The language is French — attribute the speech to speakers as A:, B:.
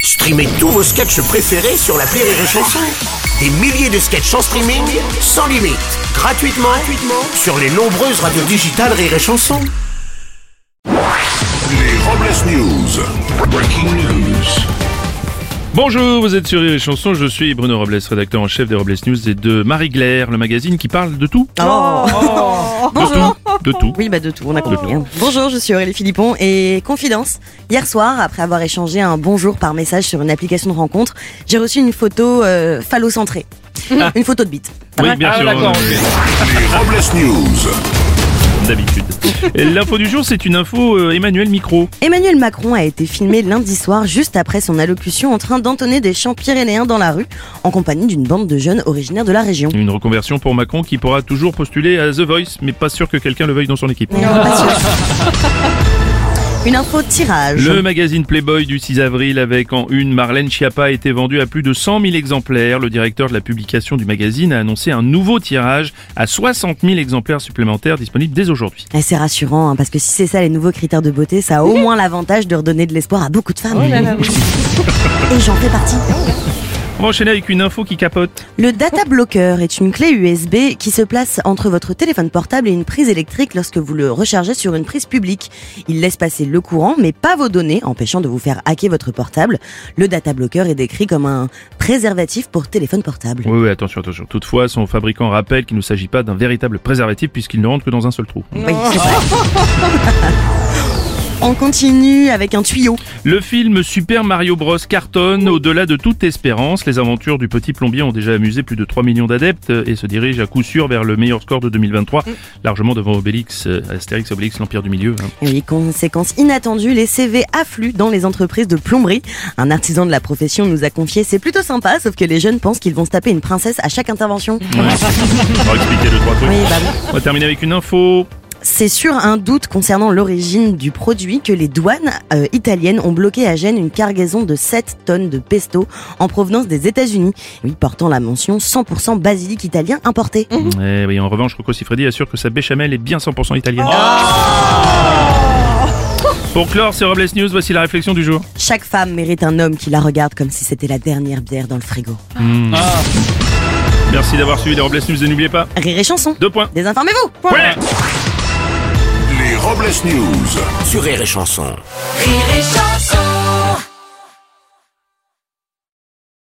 A: Streamez tous vos sketchs préférés sur la Rire et Chanson. Des milliers de sketchs en streaming, sans limite, gratuitement, gratuitement sur les nombreuses radios digitales Rire et Chanson.
B: Les Robles News. Breaking news.
C: Bonjour, vous êtes sur Rire et Chanson, je suis Bruno Robles, rédacteur en chef des Robles News et de Marie Glaire, le magazine qui parle de tout.
D: Bonjour.
C: De tout.
D: Oh. Oui, bah de tout, on a compris.
C: De
D: hein. Bonjour, je suis Aurélie Philippon et confidence. Hier soir, après avoir échangé un bonjour par message sur une application de rencontre, j'ai reçu une photo euh, phallocentrée. Une photo de bite.
C: Oui, bien sûr, euh,
B: Les Robles News.
C: d'habitude. Et L'info du jour, c'est une info euh, Emmanuel Micro.
D: Emmanuel Macron a été filmé lundi soir juste après son allocution en train d'entonner des chants pyrénéens dans la rue en compagnie d'une bande de jeunes originaires de la région.
C: Une reconversion pour Macron qui pourra toujours postuler à The Voice, mais pas sûr que quelqu'un le veuille dans son équipe.
D: Mais on va pas sûr. Une info tirage.
C: Le magazine Playboy du 6 avril avec en une Marlène Schiappa a été vendu à plus de 100 000 exemplaires. Le directeur de la publication du magazine a annoncé un nouveau tirage à 60 000 exemplaires supplémentaires disponibles dès aujourd'hui.
D: Et c'est rassurant, hein, parce que si c'est ça les nouveaux critères de beauté, ça a au moins l'avantage de redonner de l'espoir à beaucoup de femmes. Et j'en fais partie.
C: On va enchaîner avec une info qui capote.
D: Le data blocker est une clé USB qui se place entre votre téléphone portable et une prise électrique lorsque vous le rechargez sur une prise publique. Il laisse passer le courant, mais pas vos données, empêchant de vous faire hacker votre portable. Le data blocker est décrit comme un préservatif pour téléphone portable.
C: Oui, oui, attention, attention. Toutefois, son fabricant rappelle qu'il ne s'agit pas d'un véritable préservatif puisqu'il ne rentre que dans un seul trou.
D: Oui, c'est vrai. On continue avec un tuyau.
C: Le film Super Mario Bros cartonne au-delà de toute espérance. Les aventures du petit plombier ont déjà amusé plus de 3 millions d'adeptes euh, et se dirigent à coup sûr vers le meilleur score de 2023, largement devant Obélix, euh, Astérix, Obélix, l'Empire du Milieu. hein.
D: Et oui, conséquence inattendue, les CV affluent dans les entreprises de plomberie. Un artisan de la profession nous a confié, c'est plutôt sympa, sauf que les jeunes pensent qu'ils vont se taper une princesse à chaque intervention.
C: On va expliquer deux, trois trucs.
D: Oui, bah oui.
C: On va terminer avec une info.
D: C'est sur un doute concernant l'origine du produit que les douanes euh, italiennes ont bloqué à Gênes une cargaison de 7 tonnes de pesto en provenance des États-Unis, oui, portant la mention 100% basilic italien importé.
C: Eh oui, en revanche, Rocco Siffredi assure que sa béchamel est bien 100% italienne. Pour clore ces Robles News, voici la réflexion du jour.
D: Chaque femme mérite un homme qui la regarde comme si c'était la dernière bière dans le frigo.
C: Merci d'avoir suivi les Robles News et n'oubliez pas,
D: Rire et chanson.
C: deux points.
D: Désinformez-vous.
C: Ouais.
B: Les Robles News.
A: Sur Rire et Chanson.
E: Rire et chanson.